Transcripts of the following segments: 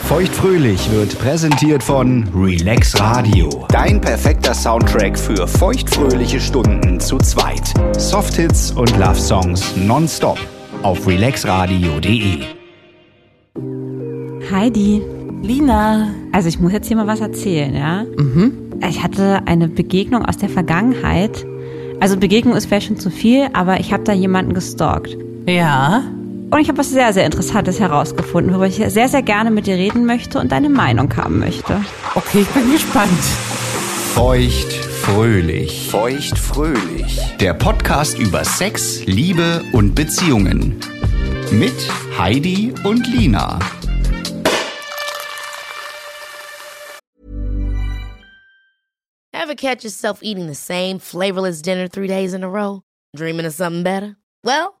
Feuchtfröhlich wird präsentiert von Relax Radio. Dein perfekter Soundtrack für feuchtfröhliche Stunden zu zweit. Softhits und Love Songs nonstop auf relaxradio.de. Heidi, Lina. also ich muss jetzt hier mal was erzählen, ja? Mhm. Ich hatte eine Begegnung aus der Vergangenheit. Also Begegnung ist vielleicht schon zu viel, aber ich habe da jemanden gestalkt. Ja. Und ich habe was sehr, sehr Interessantes herausgefunden, worüber ich sehr, sehr gerne mit dir reden möchte und deine Meinung haben möchte. Okay, ich bin gespannt. Feuchtfröhlich. Feuchtfröhlich. Der Podcast über Sex, Liebe und Beziehungen. Mit Heidi und Lina. Ever catch yourself eating the same flavorless dinner three days in a row? Dreaming of something better? Well,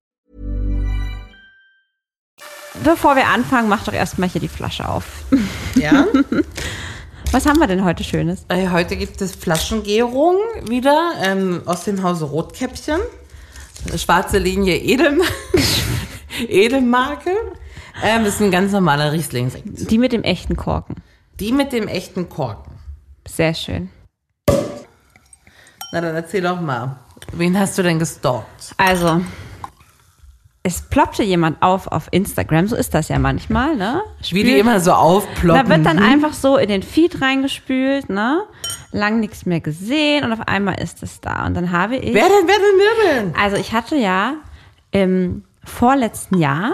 Bevor wir anfangen, mach doch erstmal hier die Flasche auf. Ja. Was haben wir denn heute Schönes? Äh, Heute gibt es Flaschengärung wieder ähm, aus dem Hause Rotkäppchen. Schwarze Linie Edel Edelmarke. Ähm, das ist ein ganz normaler Riesling-Sekt. Die mit dem echten Korken. Die mit dem echten Korken. Sehr schön. Na dann erzähl doch mal. Wen hast du denn gestalkt? Also, es ploppte jemand auf auf Instagram, so ist das ja manchmal, ne? Wie die immer so aufploppen. Da wird dann einfach so in den Feed reingespült, ne? Lang nichts mehr gesehen und auf einmal ist es da. Und dann habe ich. wer denn, wer denn, wer denn? Also ich hatte ja im vorletzten Jahr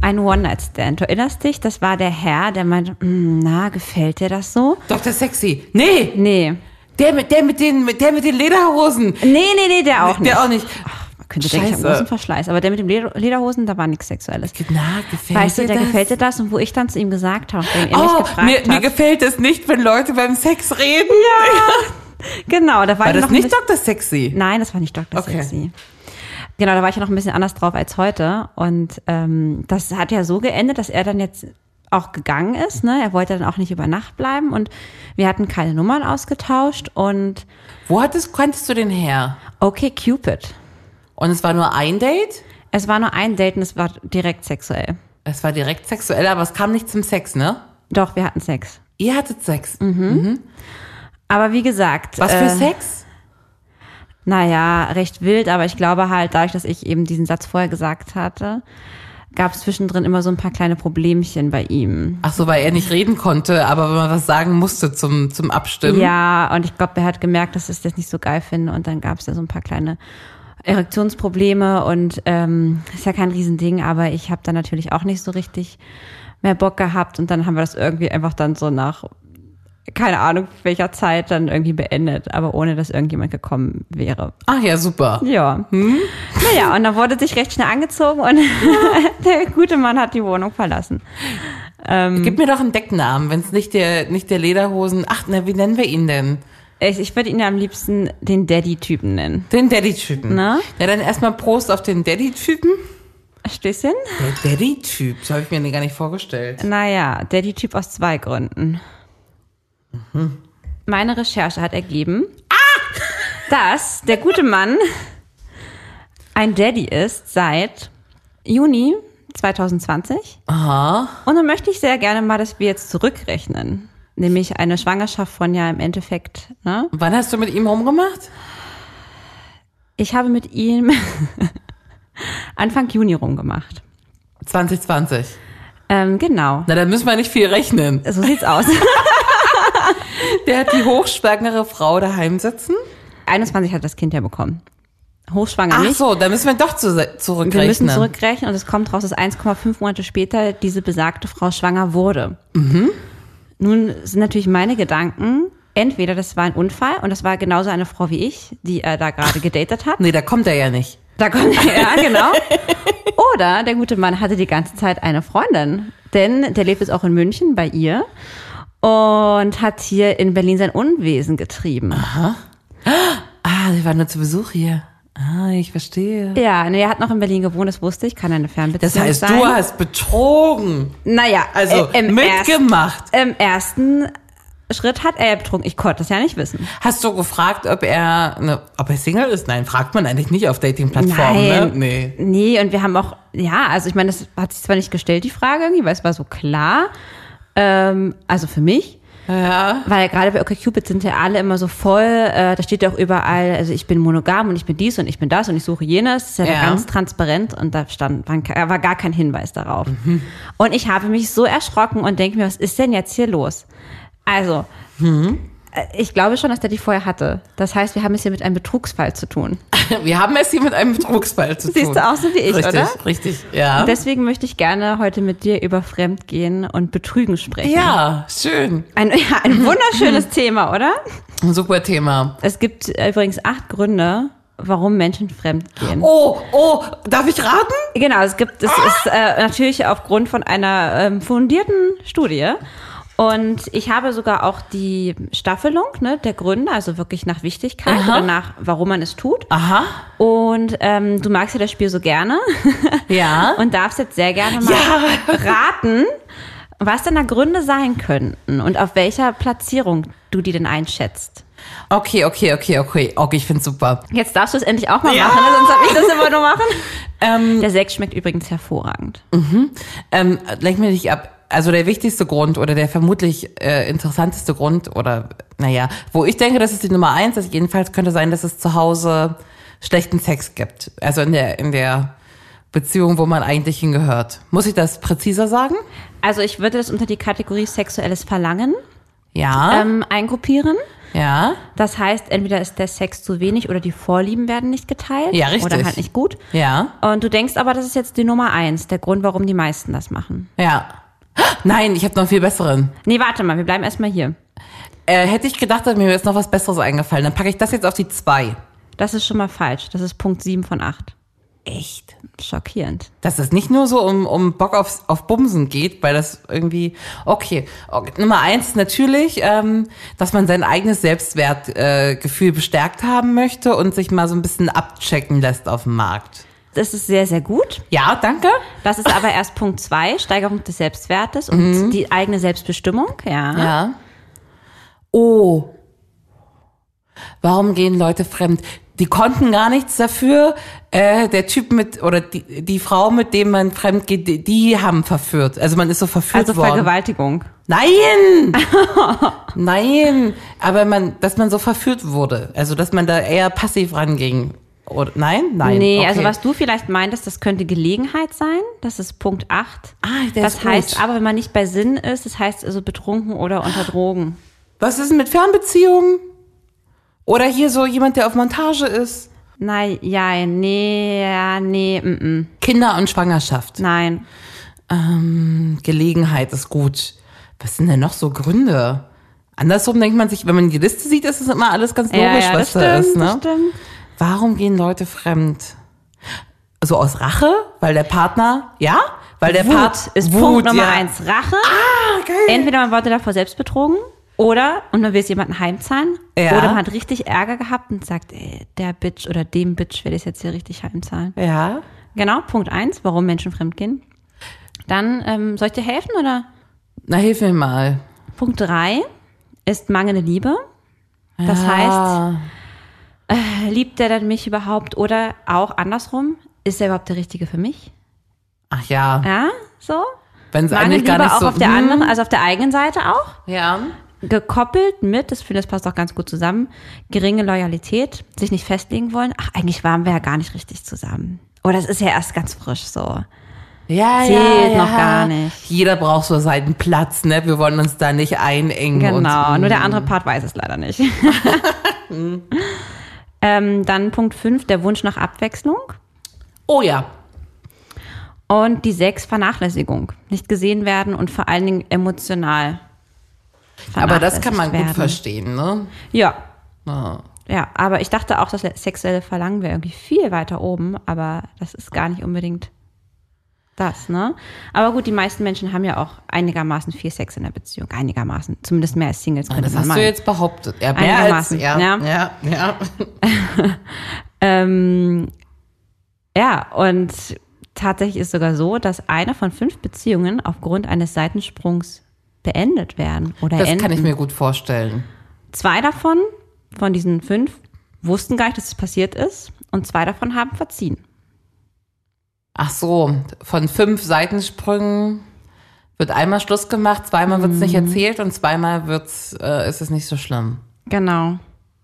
einen One-Night-Stand. Du erinnerst dich, das war der Herr, der meinte, "Hm, na, gefällt dir das so? Dr. Sexy. Nee, Nee. der mit, der mit den, mit- der mit den Lederhosen. Nee, nee, nee, der auch der nicht. auch nicht. Ach, man könnte denken, ich habe Scheiße. einen großen Verschleiß. Aber der mit dem Leder Lederhosen, da war nichts Sexuelles. Na, gefällt Weißt du, dir der das? gefällt dir das? Und wo ich dann zu ihm gesagt habe, den er mich Oh, gefragt mir, mir hat. gefällt es nicht, wenn Leute beim Sex reden. Genau, da war, War ich noch das ein nicht bisschen- Dr. Sexy? Nein, das war nicht Dr. Okay. Sexy. Genau, da war ich ja noch ein bisschen anders drauf als heute. Und ähm, das hat ja so geendet, dass er dann jetzt auch gegangen ist. Ne? Er wollte dann auch nicht über Nacht bleiben und wir hatten keine Nummern ausgetauscht und Wo hattest, konntest du den her? okay, Cupid. Und es war nur ein Date? Es war nur ein Date und es war direkt sexuell. Es war direkt sexuell, aber es kam nicht zum Sex, ne? Doch, wir hatten Sex. Ihr hattet Sex. Aber wie gesagt. Was für äh, Sex? Naja, recht wild, aber ich glaube halt, dadurch, dass ich eben diesen Satz vorher gesagt hatte, gab es zwischendrin immer so ein paar kleine Problemchen bei ihm. Ach so, weil er nicht reden konnte, aber wenn man was sagen musste zum, zum Abstimmen. Ja, und ich glaube, er hat gemerkt, dass ich das nicht so geil finde. Und dann gab es ja so ein paar kleine Erektionsprobleme und ähm, ist ja kein Riesending, aber ich habe da natürlich auch nicht so richtig mehr Bock gehabt. Und dann haben wir das irgendwie einfach dann so nach, keine Ahnung welcher Zeit, dann irgendwie beendet, aber ohne dass irgendjemand gekommen wäre. Ach ja, super. Ja. Naja, und dann wurde sich recht schnell angezogen und der gute Mann hat die Wohnung verlassen. Gib mir doch einen Decknamen, wenn es nicht der, nicht der Lederhosen. Ach, na, wie nennen wir ihn denn? Ich, ich würde ihn am liebsten den Daddy-Typen nennen. Den Daddy-Typen. Na? Ja, dann erstmal Prost auf den Daddy-Typen. Stößchen? Der Daddy-Typ, so habe ich mir den gar nicht vorgestellt. Naja, Daddy-Typ aus zwei Gründen. Meine Recherche hat ergeben, dass der gute Mann ein Daddy ist seit Juni 2020. Und dann möchte ich sehr gerne mal, dass wir jetzt zurückrechnen. Nämlich eine Schwangerschaft von ja im Endeffekt, ne? Wann hast du mit ihm rumgemacht? Ich habe mit ihm Anfang Juni rumgemacht. 2020. Ähm, genau. Na, da müssen wir nicht viel rechnen. So sieht's aus. Der hat die hochschwangere Frau daheim sitzen. 21 hat das Kind ja bekommen. Hochschwanger Ach nicht. so, da müssen wir doch zu, zurückrechnen. Wir müssen zurückrechnen und es kommt raus, dass 1,5 Monate später diese besagte Frau schwanger wurde. Mhm. Nun sind natürlich meine Gedanken, entweder das war ein Unfall und das war genauso eine Frau wie ich, die er da gerade gedatet hat. Nee, da kommt er ja nicht. Da kommt ja, genau. Oder der gute Mann hatte die ganze Zeit eine Freundin, denn der lebt jetzt auch in München bei ihr und hat hier in Berlin sein Unwesen getrieben. Ah, die war nur zu Besuch hier. Ah, ich verstehe. Ja, nee, er hat noch in Berlin gewohnt, das wusste ich, kann eine Fernbeziehung Das heißt, sein. du hast betrogen. Naja, Also, äh, im mitgemacht. Erst, Im ersten Schritt hat er ja betrunken. Ich konnte das ja nicht wissen. Hast du gefragt, ob er, ne, ob er Single ist? Nein, fragt man eigentlich nicht auf Dating-Plattformen, ne? Nee. Nee, und wir haben auch, ja, also ich meine, das hat sich zwar nicht gestellt, die Frage irgendwie, weil es war so klar. Ähm, also für mich. Ja. Weil gerade bei OkCupid sind ja alle immer so voll, äh, da steht ja auch überall, also ich bin monogam und ich bin dies und ich bin das und ich suche jenes. Das ist ja, Ja. Da ganz transparent und da stand, waren ke- war gar kein Hinweis darauf. Und ich habe mich so erschrocken und denke mir, was ist denn jetzt hier los? Also, äh, ich glaube schon, dass der die vorher hatte. Das heißt, wir haben es hier mit einem Betrugsfall zu tun. Wir haben es hier mit einem Betrugsfall zu tun. Siehst du auch so wie ich, richtig, oder? Richtig, ja. Und deswegen möchte ich gerne heute mit dir über Fremdgehen und Betrügen sprechen. ja, schön. Ein, ja, ein wunderschönes Thema, oder? Ein super Thema. Es gibt äh, übrigens acht Gründe, warum Menschen fremdgehen. Oh, oh, darf ich raten? Genau, es gibt, es ist äh, natürlich aufgrund von einer ähm, fundierten Studie. Und ich habe sogar auch die Staffelung ne, der Gründe, also wirklich nach Wichtigkeit oder nach, warum man es tut. Aha. Und ähm, du magst ja das Spiel so gerne. Ja. Und darfst jetzt sehr gerne mal raten, was denn da Gründe sein könnten und auf welcher Platzierung du die denn einschätzt. Okay, okay, okay, okay. Okay, ich find's super. Jetzt darfst du es endlich auch mal machen, ne? sonst hab ich das immer nur machen. Ähm, der Sekt schmeckt übrigens hervorragend. Ähm, lenk mir nicht ab. Also der wichtigste Grund oder der vermutlich äh, interessanteste Grund oder naja, wo ich denke, das ist die Nummer eins, das jedenfalls könnte sein, dass es zu Hause schlechten Sex gibt. Also in der in der Beziehung, wo man eigentlich hingehört. Muss ich das präziser sagen? Also ich würde das unter die Kategorie sexuelles Verlangen Ja. ähm, eingruppieren. ja. Das heißt, entweder ist der Sex zu wenig oder die Vorlieben werden nicht geteilt Ja, richtig. oder halt nicht gut. Ja. Und du denkst aber, das ist jetzt die Nummer eins, der Grund, warum die meisten das machen. Ja. Nein, ich habe noch einen viel besseren. Nee, warte mal, wir bleiben erstmal hier. Äh, hätte ich gedacht, dass mir wäre jetzt noch was Besseres eingefallen. Dann packe ich das jetzt auf die zwei. Das ist schon mal falsch. Das ist Punkt 7 von 8. Echt? Schockierend. Dass es nicht nur so um, um Bock aufs, auf Bumsen geht, weil das irgendwie, okay, okay. Nummer eins natürlich, ähm, dass man sein eigenes Selbstwertgefühl äh, Gefühl bestärkt haben möchte und sich mal so ein bisschen abchecken lässt auf dem Markt. Das ist sehr, sehr gut. Ja, danke. Das ist aber erst Punkt 2, Steigerung des Selbstwertes und die eigene Selbstbestimmung. Ja. Mhm. Ja. Oh. Warum gehen Leute fremd? Die konnten gar nichts dafür. Äh, der Typ mit oder die, die Frau, mit dem man fremd geht, die, die haben verführt. Also man ist so verführt Also worden. Vergewaltigung. Nein! nein! Aber man, dass man so verführt wurde. Also dass man da eher passiv ranging. Oder, nein? Nein. Nee, okay. also was du vielleicht meintest, das könnte Gelegenheit sein. Das ist Punkt 8. Ah, der das ist gut. heißt aber, wenn man nicht bei Sinn ist, das heißt also betrunken oder Ah. unter Drogen. Was ist denn mit Fernbeziehungen? Oder hier so jemand, der auf Montage ist? Nein, ja, nee, ja, nee, mm, mm, Kinder und Schwangerschaft. nein. Gelegenheit ist gut. Was sind denn noch so Gründe? Andersrum denkt man sich, wenn man die Liste sieht, ist es immer alles ganz logisch, ja, ja, das was stimmt, da ist. das Ne? stimmt. Warum gehen Leute fremd? So aus Rache? Weil der Partner, ja? Weil der Wut Part ist Wut, Punkt Nummer ja. Ah. eins. Rache. Entweder man wurde davor selbst betrogen oder und man will es jemanden heimzahlen. Ja. Oder man hat richtig Ärger gehabt und sagt, ey, der Bitch oder dem Bitch will ich jetzt hier richtig heimzahlen. Ja. Genau, Punkt eins, warum Menschen fremdgehen. Dann, ähm, soll ich dir helfen oder? Na, hilf mir mal. Ah. Punkt drei ist mangelnde Liebe. Das heißt, äh, liebt der dann mich überhaupt? Oder auch andersrum, ist er überhaupt der Richtige für mich? Ach ja. Ja, so. Wenn es Meine eigentlich Liebe gar nicht auch so. auf der hm, anderen, also auf der eigenen Seite auch. Ja. Gekoppelt mit, das finde ich, das passt auch ganz gut zusammen, geringe Loyalität, sich nicht festlegen wollen. Ach, eigentlich waren wir ja gar nicht richtig zusammen. Oder es ist ja erst ganz frisch so. Ja, Zählt ja, noch ja. gar nicht. Jeder braucht so seinen Platz, ne? Wir wollen uns da nicht einengen. Genau, Und, hm. nur der andere Part weiß es leider nicht. ähm, dann Punkt 5, der Wunsch nach Abwechslung. oh ja. Und die 6, Vernachlässigung. Nicht gesehen werden und vor allen Dingen emotional. Aber das kann man vernachlässigt werden. gut verstehen, Ah. ne? Ja, Ja. ja. Aber ich dachte auch, das sexuelle Verlangen wäre irgendwie viel weiter oben, aber das ist gar nicht unbedingt das, ne? Aber gut, die meisten Menschen haben ja auch einigermaßen viel Sex in der Beziehung. Einigermaßen. Zumindest mehr als Singles. könnte Oh, Das man hast du meinen. jetzt behauptet. Ja, mehr als, Einigermaßen, ja, ja. ja, ja, Ähm, ja, und tatsächlich ist sogar so, dass eine von fünf Beziehungen aufgrund eines Seitensprungs beendet werden oder Das enden. kann ich mir gut vorstellen. Zwei davon, von diesen fünf, wussten gar nicht, dass es passiert ist und zwei davon haben verziehen. Ach so, von fünf Seitensprüngen wird einmal Schluss gemacht, zweimal wird's Mhm. nicht erzählt und zweimal wird's, äh, ist es nicht so schlimm. Genau.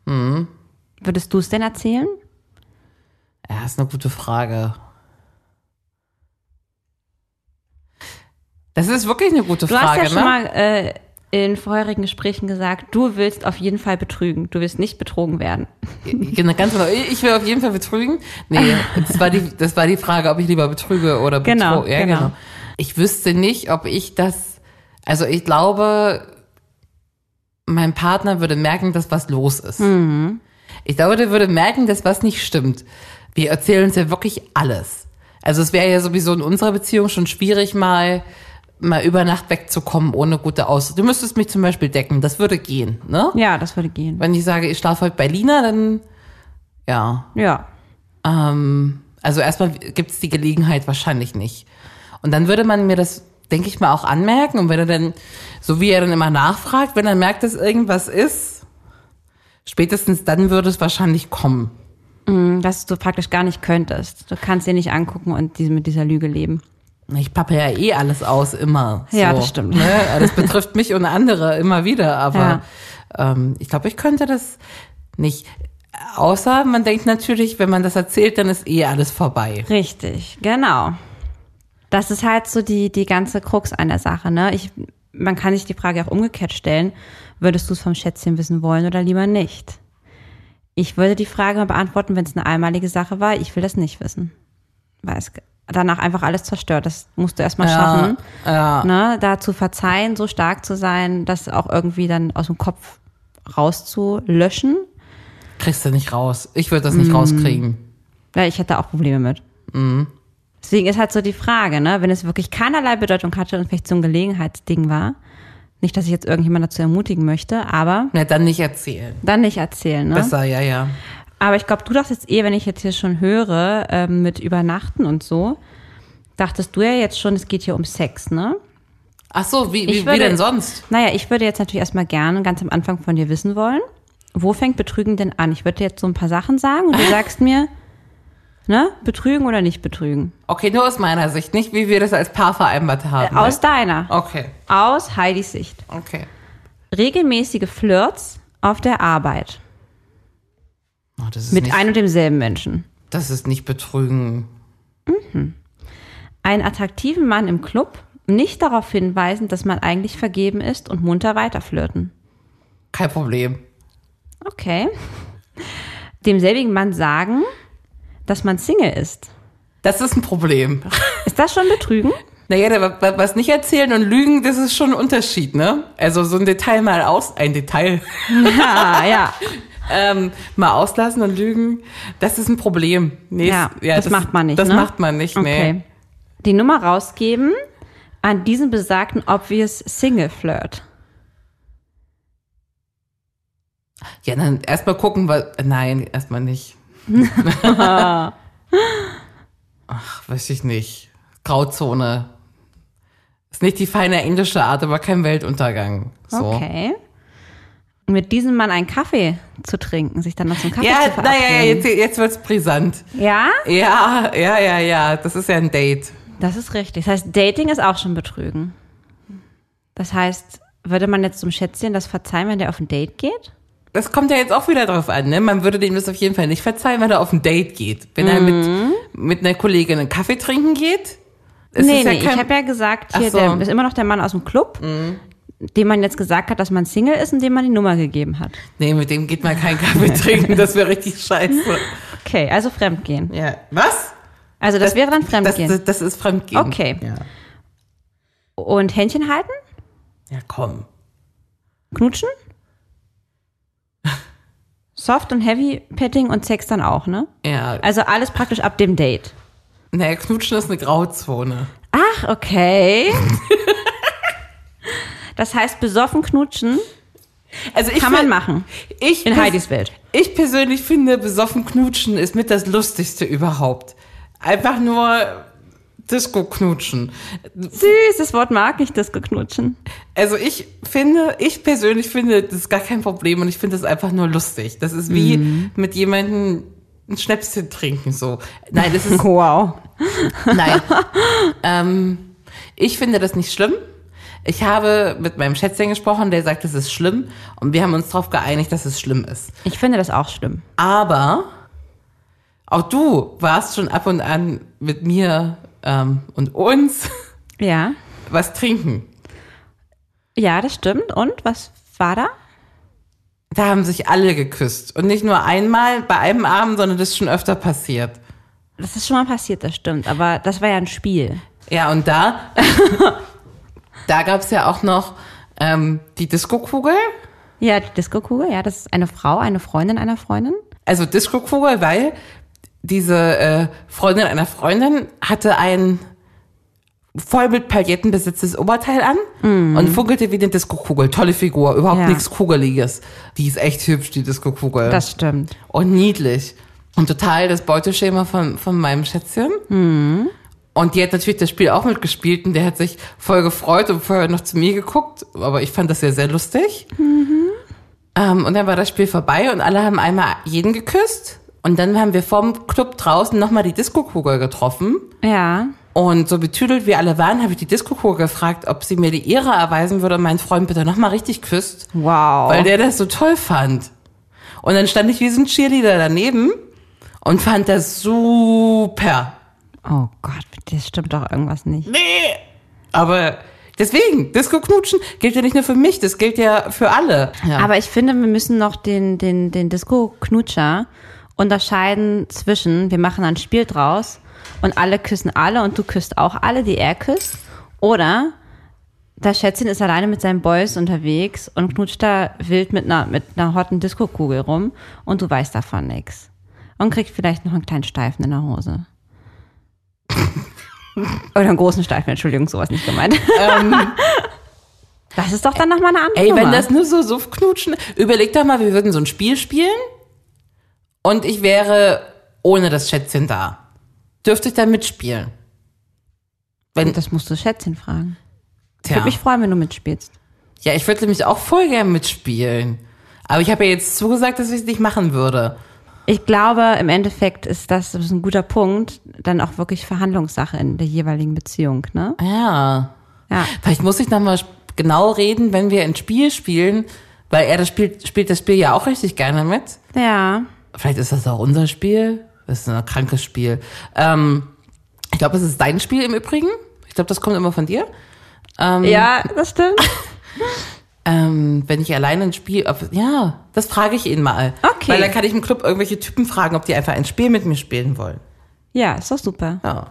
Mhm. Würdest du es denn erzählen? Ja, ist eine gute Frage. Das ist wirklich eine gute Du Frage, hast ja schon ne? mal äh, in vorherigen Gesprächen gesagt, du willst auf jeden Fall betrügen. Du willst nicht betrogen werden. Genau, ganz genau. Ich ich will auf jeden Fall betrügen. Nee, das war die, das war die Frage, ob ich lieber betrüge oder betro Genau, Ja, genau. genau. Ich wüsste nicht, ob ich das, also ich glaube, mein Partner würde merken, dass was los ist. Mhm. Ich glaube, der würde merken, dass was nicht stimmt. Wir erzählen uns ja wirklich alles. Also es wäre ja sowieso in unserer Beziehung schon schwierig, mal, mal über Nacht wegzukommen, ohne gute Aus. Du müsstest mich zum Beispiel decken, das würde gehen, ne? Ja, das würde gehen. Wenn ich sage, ich schlafe heute bei Lina, dann ja. Ja. Ähm, also erstmal gibt's die Gelegenheit wahrscheinlich nicht. Und dann würde man mir das, denke ich mal, auch anmerken. Und wenn er dann, so wie er dann immer nachfragt, wenn er merkt, dass irgendwas ist, spätestens dann würde es wahrscheinlich kommen. Mhm, Dass du praktisch gar nicht könntest. Du kannst dir nicht angucken und diese, mit dieser Lüge leben. Ich pappe ja eh alles aus, immer. So, Ja, das stimmt. Ne? Das betrifft mich und andere immer wieder, aber ähm, ich glaube, ich könnte das nicht. Außer man denkt natürlich, wenn man das erzählt, dann ist eh alles vorbei. Richtig, genau. Das ist halt so die, die ganze Krux an der Sache, ne? Ich, man kann sich die Frage auch umgekehrt stellen. Würdest du es vom Schätzchen wissen wollen oder lieber nicht? Ich würde die Frage beantworten, wenn es eine einmalige Sache war. Ich will das nicht wissen. Weil es danach einfach alles zerstört. Das musst du erstmal schaffen. Ne? Da zu verzeihen, so stark zu sein, das auch irgendwie dann aus dem Kopf rauszulöschen. Kriegst du nicht raus. Ich würde das nicht Mm. rauskriegen. Ja, ich hätte auch Probleme mit. Mhm. Deswegen ist halt so die Frage, ne? wenn es wirklich keinerlei Bedeutung hatte und vielleicht so ein Gelegenheitsding war, nicht, dass ich jetzt irgendjemand dazu ermutigen möchte, aber Na, dann nicht erzählen. dann nicht erzählen. Ne? Besser, ja, ja. Aber ich glaube, du dachtest jetzt eh, wenn ich jetzt hier schon höre, ähm, mit Übernachten und so, dachtest du ja jetzt schon, es geht hier um Sex, ne? Ach so, wie, Ich wie, wie würde- denn sonst? Naja, ich würde jetzt natürlich erstmal gerne ganz am Anfang von dir wissen wollen, wo fängt Betrügen denn an? Ich würde dir jetzt so ein paar Sachen sagen und du sagst mir, ne, betrügen oder nicht betrügen? Okay, nur aus meiner Sicht, nicht wie wir das als Paar Äh, vereinbart haben. Aus deiner. okay, Aus Heidis Sicht. okay. Regelmäßige Flirts auf der Arbeit Oh, das, ist mit nicht, ein und demselben Menschen. das ist nicht betrügen. Einen attraktiven Mann im Club nicht darauf hinweisen, dass man eigentlich vergeben ist und munter weiterflirten. Kein Problem. Okay. Demselbigen Mann sagen, dass man Single ist. Das ist ein Problem. Ist das schon Betrügen? Naja, da- wa- wa- was nicht erzählen und lügen, das ist schon ein Unterschied, ne? Also so ein Detail mal aus, ein Detail Ja, ja. ähm, mal auslassen und lügen, das ist ein Problem. Nee, ja, es- das, macht man nicht. Das ne? macht man nicht, nee. Okay. Die Nummer rausgeben an diesen besagten Obvious Single Flirt. Ja, dann erstmal gucken, weil. Nein, erstmal nicht. Ach, weiß ich nicht. Grauzone. Ist nicht die feine englische Art, aber kein Weltuntergang. So. Okay. mit diesem Mann einen Kaffee zu trinken, sich dann noch zum Kaffee zu Ja, naja, verabreden. jetzt, jetzt wird's brisant. ja, Ja, ja, ja, ja. Das ist ja ein Date. das ist richtig. Das heißt, Dating ist auch schon Betrügen. Das heißt, würde man jetzt zum Schätzchen das verzeihen, wenn der auf ein Date geht? Das kommt ja jetzt auch wieder drauf an, ne? Man würde dem das auf jeden Fall nicht verzeihen, wenn er auf ein Date geht. Wenn er Mhm. mit, mit einer Kollegin einen Kaffee trinken geht. ist nee, es ja nee, kein- ich habe ja gesagt, Ach hier so. der, ist immer noch der Mann aus dem Club, dem man jetzt gesagt hat, dass man Single ist und dem man die Nummer gegeben hat. Nee, mit dem geht man keinen Kaffee trinken, das wäre richtig scheiße. Okay, also Fremdgehen. Ja. Was? Also das, wäre dann Das, Fremdgehen. das, das ist Fremdgehen. Okay. Ja, und Händchen halten? ja komm. Knutschen? Soft und Heavy Petting und Sex dann auch, ne? Ja. Also alles praktisch ab dem Date. Naja, Knutschen ist eine Grauzone. Ach, okay. Das heißt, besoffen knutschen Also ich kann man find- machen. Ich In pers- Heidis Welt. Ich persönlich finde, besoffen knutschen ist mit das Lustigste überhaupt. Einfach nur Disco knutschen. Süß, das Wort mag ich, das geknutschen. Also ich finde, ich persönlich finde, das ist gar kein Problem und ich finde das einfach nur lustig. Das ist wie mit jemandem ein Schnäpschen trinken so. Nein, das ist Wow. Nein. ähm, ich finde das nicht schlimm. Ich habe mit meinem Schätzchen gesprochen, der sagt, das ist schlimm. Und wir haben uns darauf geeinigt, dass es schlimm ist. Ich finde das auch schlimm. Aber auch du warst schon ab und an mit mir ähm, und uns Ja. was trinken. Ja, das stimmt. Und was war da? Da haben sich alle geküsst. Und nicht nur einmal bei einem Abend, sondern das ist schon öfter passiert. Das ist schon mal passiert, das stimmt. Aber das war ja ein Spiel. Ja, und da, da gab es ja auch noch ähm, die Disco-Kugel. Ja, die Disco-Kugel, ja, das ist eine Frau, eine Freundin einer Freundin. also Disco-Kugel, weil diese äh, Freundin einer Freundin hatte ein voll mit Pailletten besetztes Oberteil an und funkelte wie eine Disco-Kugel. Tolle Figur, überhaupt Mhm. Ja. nichts Kugeliges. Die ist echt hübsch, die Disco-Kugel. Das stimmt. Und niedlich. Und total das Beuteschema von, von meinem Schätzchen. Und die hat natürlich das Spiel auch mitgespielt und der hat sich voll gefreut und vorher noch zu mir geguckt. Aber ich fand das ja sehr lustig. Ähm, und dann war das Spiel vorbei und alle haben einmal jeden geküsst. Und dann haben wir vorm Club draußen nochmal die Disco-Kugel getroffen. Ja. Und so betüdelt wir alle waren, habe ich die Disco-Kugel gefragt, ob sie mir die Ehre erweisen würde und meinen Freund bitte nochmal richtig küsst Wow. weil der das so toll fand. Und dann stand ich wie so ein Cheerleader daneben und fand das super. oh Gott, das stimmt doch irgendwas nicht. Nee. Aber deswegen, Disco-Knutschen gilt ja nicht nur für mich, das gilt ja für alle. Ja. Aber ich finde, wir müssen noch den, den, den Disco-Knutscher unterscheiden zwischen, wir machen ein Spiel draus und alle küssen alle und du küsst auch alle, die er küsst. Oder das Schätzchen ist alleine mit seinen Boys unterwegs und knutscht da wild mit einer, mit einer hotten Disco-Kugel rum und du weißt davon nichts. Und kriegt vielleicht noch einen kleinen Steifen in der Hose. Oder einen großen Steifen, Entschuldigung, sowas nicht gemeint. das ist doch dann nochmal eine andere Ähm. Ey, wenn Nummer. das nur so so knutschen, überleg doch mal, wir würden so ein Spiel spielen und ich wäre ohne das Schätzchen da. Dürfte ich da mitspielen? Wenn, Das musst du Schätzchen fragen. Ich tja. würde mich freuen, wenn du mitspielst. Ja, ich würde nämlich auch voll gern mitspielen. Aber ich habe ja jetzt zugesagt, dass ich es nicht machen würde. Ich glaube, im Endeffekt ist das, das ist ein guter Punkt, dann auch wirklich Verhandlungssache in der jeweiligen Beziehung, ne? Ja. Ja. Vielleicht muss ich nochmal genau reden, wenn wir ein Spiel spielen, weil er das Spiel, spielt das Spiel ja auch richtig gerne mit. Ja. Vielleicht ist das auch unser Spiel. Das ist ein krankes Spiel. Ähm, ich glaube, es ist dein Spiel im Übrigen. Ich glaube, das kommt immer von dir. Ja, das stimmt. Ähm, wenn ich alleine ein Spiel, ob, ja, das frage ich ihn mal. Okay. Weil dann kann ich im Club irgendwelche Typen fragen, ob die einfach ein Spiel mit mir spielen wollen. Ja, ist doch super. Ja.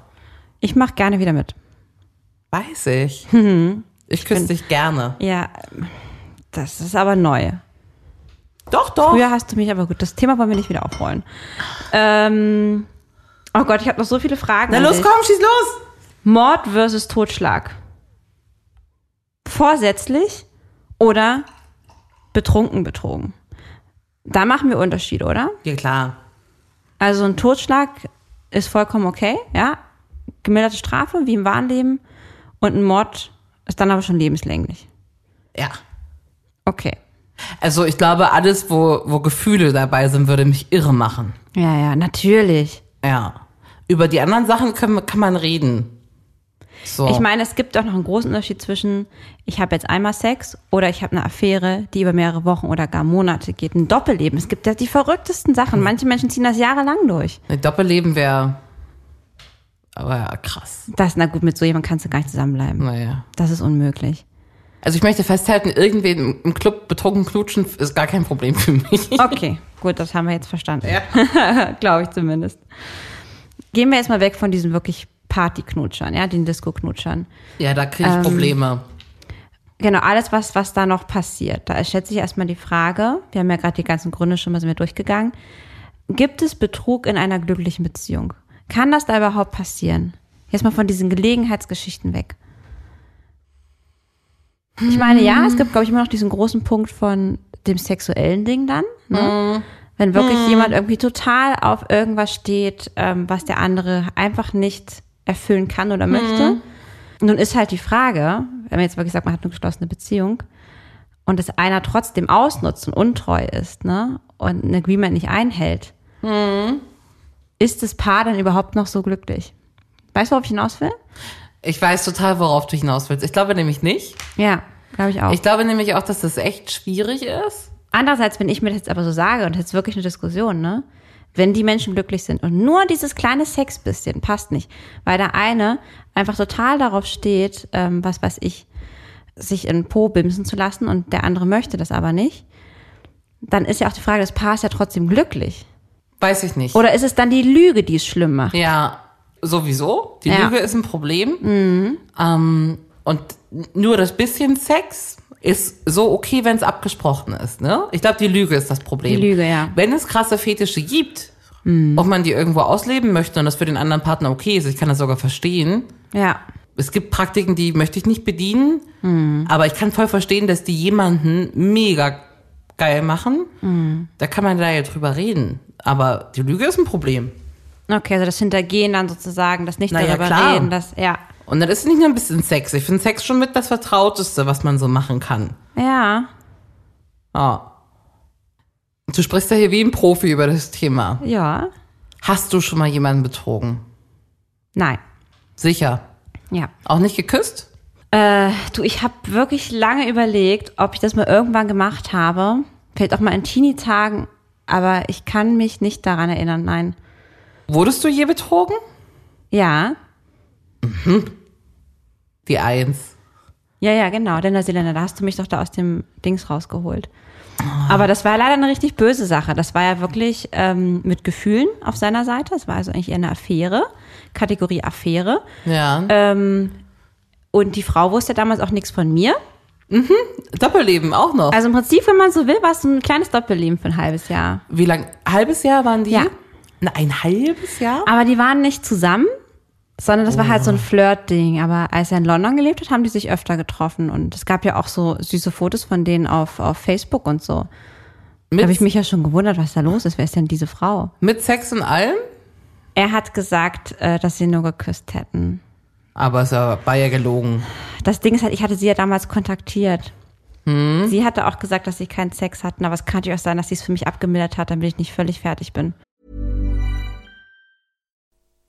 Ich mache gerne wieder mit. Weiß ich. Mhm. Ich küsse dich gerne. Ja, das ist aber neu. Doch, doch. Früher hast du mich aber gut. Das Thema wollen wir nicht wieder aufrollen. Ähm, oh Gott, ich habe noch so viele Fragen. Na an los, dich. komm, schieß los. Mord versus Totschlag. Vorsätzlich oder betrunken betrogen. Da machen wir Unterschied, oder? Ja, klar. Also ein Totschlag ist vollkommen okay, ja. Gemilderte Strafe, wie im wahren Leben. Und ein Mord ist dann aber schon lebenslänglich. Ja. Okay. Also ich glaube, alles, wo, wo Gefühle dabei sind, würde mich irre machen. Ja, ja, natürlich. Ja. Über die anderen Sachen können, kann man reden. So. Ich meine, es gibt auch noch einen großen Unterschied zwischen, ich habe jetzt einmal Sex oder ich habe eine Affäre, die über mehrere Wochen oder gar Monate geht. Ein Doppelleben. Es gibt ja die verrücktesten Sachen. Manche Menschen ziehen das jahrelang durch. Ein Doppelleben wäre aber ja, krass. Das, na gut, mit so jemandem kannst du gar nicht zusammenbleiben. Naja. Das ist unmöglich. Also ich möchte festhalten, irgendwen im Club betrunken klutschen ist gar kein Problem für mich. Okay, gut, das haben wir jetzt verstanden. Glaube ich zumindest. Gehen wir jetzt mal weg von diesen wirklich Partyknutschern, ja, den Disco-Knutschern. Ja, da kriege ich Probleme. Genau, alles, was, was da noch passiert. Da schätze ich erstmal die Frage, wir haben ja gerade die ganzen Gründe schon mal sind wir durchgegangen. Gibt es Betrug in einer glücklichen Beziehung? Kann das da überhaupt passieren? Jetzt mal von diesen Gelegenheitsgeschichten weg. Ich meine, ja, es gibt, glaube ich, immer noch diesen großen Punkt von dem sexuellen Ding dann. Ne? Wenn wirklich jemand irgendwie total auf irgendwas steht, ähm, was der andere einfach nicht erfüllen kann oder möchte. Nun ist halt die Frage, wenn man jetzt wirklich sagt, man hat eine geschlossene Beziehung und es einer trotzdem ausnutzt und untreu ist ne? und ein Agreement nicht einhält, Mhm. ist das Paar dann überhaupt noch so glücklich? Weißt du, worauf ich hinaus will? Ich weiß total, worauf du hinaus willst. Ich glaube nämlich nicht. Ja, glaube ich auch. Ich glaube nämlich auch, dass das echt schwierig ist. Andererseits, wenn ich mir das jetzt aber so sage und jetzt wirklich eine Diskussion, ne? Wenn die Menschen glücklich sind und nur dieses kleine Sexbisschen passt nicht, weil der eine einfach total darauf steht, ähm, was weiß ich, sich in den Po bimsen zu lassen und der andere möchte das aber nicht, dann ist ja auch die Frage, das Paar ist ja trotzdem glücklich. Weiß ich nicht. Oder ist es dann die Lüge, die es schlimm macht? Ja, sowieso. Die Ja. Lüge ist ein Problem. Ähm, und nur das bisschen Sex ist so okay, wenn es abgesprochen ist. Ne? Ich glaube, die Lüge ist das Problem. Die Lüge, ja. Wenn es krasse Fetische gibt, ob man die irgendwo ausleben möchte und das für den anderen Partner okay ist, ich kann das sogar verstehen. Ja. Es gibt Praktiken, die möchte ich nicht bedienen, aber ich kann voll verstehen, dass die jemanden mega geil machen. Da kann man da ja drüber reden. Aber die Lüge ist ein Problem. Okay, also das Hintergehen dann sozusagen, das nicht Na ja, darüber klar. reden, das, ja. Und dann ist nicht nur ein bisschen Sex. Ich finde Sex schon mit das Vertrauteste, was man so machen kann. Ja. Ja. Du sprichst ja hier wie ein Profi über das Thema. Ja. Hast du schon mal jemanden betrogen? Nein. Sicher. Ja. Auch nicht geküsst? Äh, du, ich habe wirklich lange überlegt, ob ich das mal irgendwann gemacht habe. Vielleicht auch mal in Teenie-Tagen, aber ich kann mich nicht daran erinnern, nein. Wurdest du je betrogen? Ja, Die Eins. ja, ja, genau, der Neuseeländer, da hast du mich doch da aus dem Dings rausgeholt. Aber das war leider eine richtig böse Sache. Das war ja wirklich ähm, mit Gefühlen auf seiner Seite. Das war also eigentlich eher eine Affäre, Kategorie Affäre. Ja. Ähm, und die Frau wusste damals auch nichts von mir. Doppelleben auch noch. Also im Prinzip, wenn man so will, war es so ein kleines Doppelleben für ein halbes Jahr. wie lang? Halbes Jahr waren die? Ja. Na, ein halbes Jahr? Aber die waren nicht zusammen, sondern das war halt so ein Flirt-Ding. Aber als er in London gelebt hat, haben die sich öfter getroffen. Und es gab ja auch so süße Fotos von denen auf, auf Facebook und so. Da Mit, habe ich mich ja schon gewundert, was da los ist. Wer ist denn diese Frau? mit Sex und allem? Er hat gesagt, äh, dass sie nur geküsst hätten. Aber es war ja gelogen. Das Ding ist halt, ich hatte sie ja damals kontaktiert. Sie hatte auch gesagt, dass sie keinen Sex hatten, aber es kann natürlich auch sein, dass sie es für mich abgemildert hat, damit ich nicht völlig fertig bin.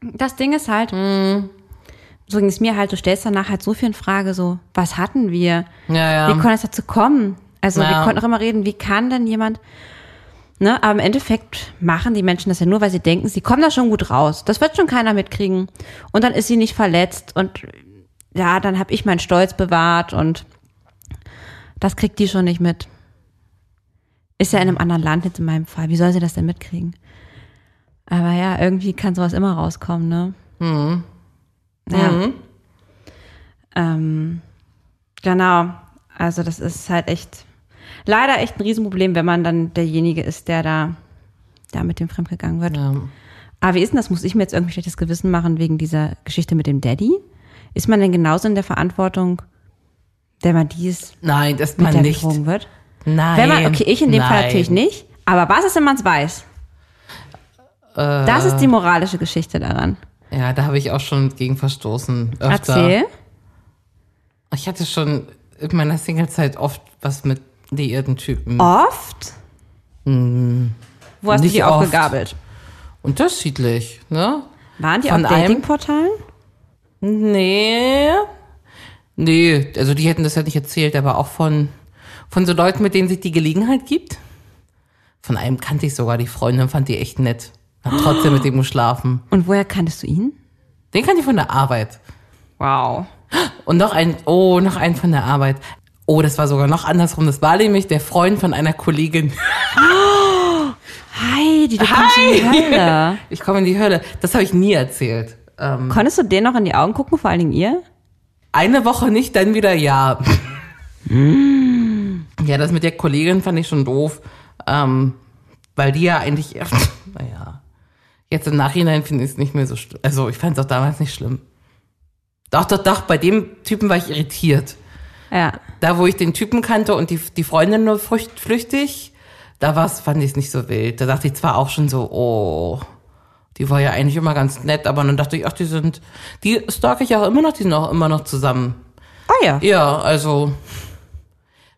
Das Ding ist halt, so ging es mir halt, du stellst danach halt so viel in Frage, so, was hatten wir? Wie Ja, ja. konnte es dazu kommen? Also wir Ja. konnten auch immer reden, wie kann denn jemand, ne, aber im Endeffekt machen die Menschen das ja nur, weil sie denken, sie kommen da schon gut raus. Das wird schon keiner mitkriegen. Und dann ist sie nicht verletzt und ja, dann habe ich meinen Stolz bewahrt und das kriegt die schon nicht mit. Ist ja in einem anderen Land jetzt in meinem Fall. Wie soll sie das denn mitkriegen? Aber ja, irgendwie kann sowas immer rauskommen, ne? Mhm. Ja. Ähm, genau. Also das ist halt echt, leider echt ein Riesenproblem, wenn man dann derjenige ist, der da, da mit dem fremdgegangen wird. ja. Aber wie ist denn das? Muss ich mir jetzt irgendwie schlechtes Gewissen machen wegen dieser Geschichte mit dem Daddy? Ist man denn genauso in der Verantwortung, wenn man dies Nein, das mit man der nicht. betrogen wird? Nein. Wenn man, okay, ich in dem Fall Nein. natürlich nicht. Aber was ist, wenn man es weiß? Äh. Das ist die moralische Geschichte daran. Ja, da habe ich auch schon gegen verstoßen. Öfter. Erzähl. Ich hatte schon in meiner Singlezeit oft was mit liierten Typen. Oft? Oh, Wo hast Hm. Nicht du die oft. aufgegabelt? Unterschiedlich, ne? Waren die Von auf einem- Datingportalen? Nee. Nee, also die hätten das ja nicht erzählt, aber auch von, von so Leuten, mit denen sich die Gelegenheit gibt. Von einem kannte ich sogar die Freundin, fand die echt nett. Hab trotzdem mit dem geschlafen. Und woher kanntest du ihn? Den kannte ich von der Arbeit. Wow. Und noch ein, oh, noch einen von der Arbeit. Oh, das war sogar noch andersrum. Das war nämlich der Freund von einer Kollegin. Heidi, du kommst in die Hölle. Ich komme in die Hölle. Das habe ich nie erzählt. Ähm, Konntest du denen noch in die Augen gucken, vor allen Dingen ihr? eine Woche nicht, dann wieder ja. ja, das mit der Kollegin fand ich schon doof, ähm, weil die ja eigentlich, naja, jetzt im Nachhinein finde ich es nicht mehr so schlimm. Also ich fand es auch damals nicht schlimm. Doch, doch, doch, bei dem Typen war ich irritiert. Ja. Da, wo ich den Typen kannte und die, die Freundin nur frücht, flüchtig, da war's, fand ich es nicht so wild. Da dachte ich zwar auch schon so, oh, die war ja eigentlich immer ganz nett, aber dann dachte ich, ach, die sind, die stalk ich auch immer noch, die sind auch immer noch zusammen. Ah ja. Ja, also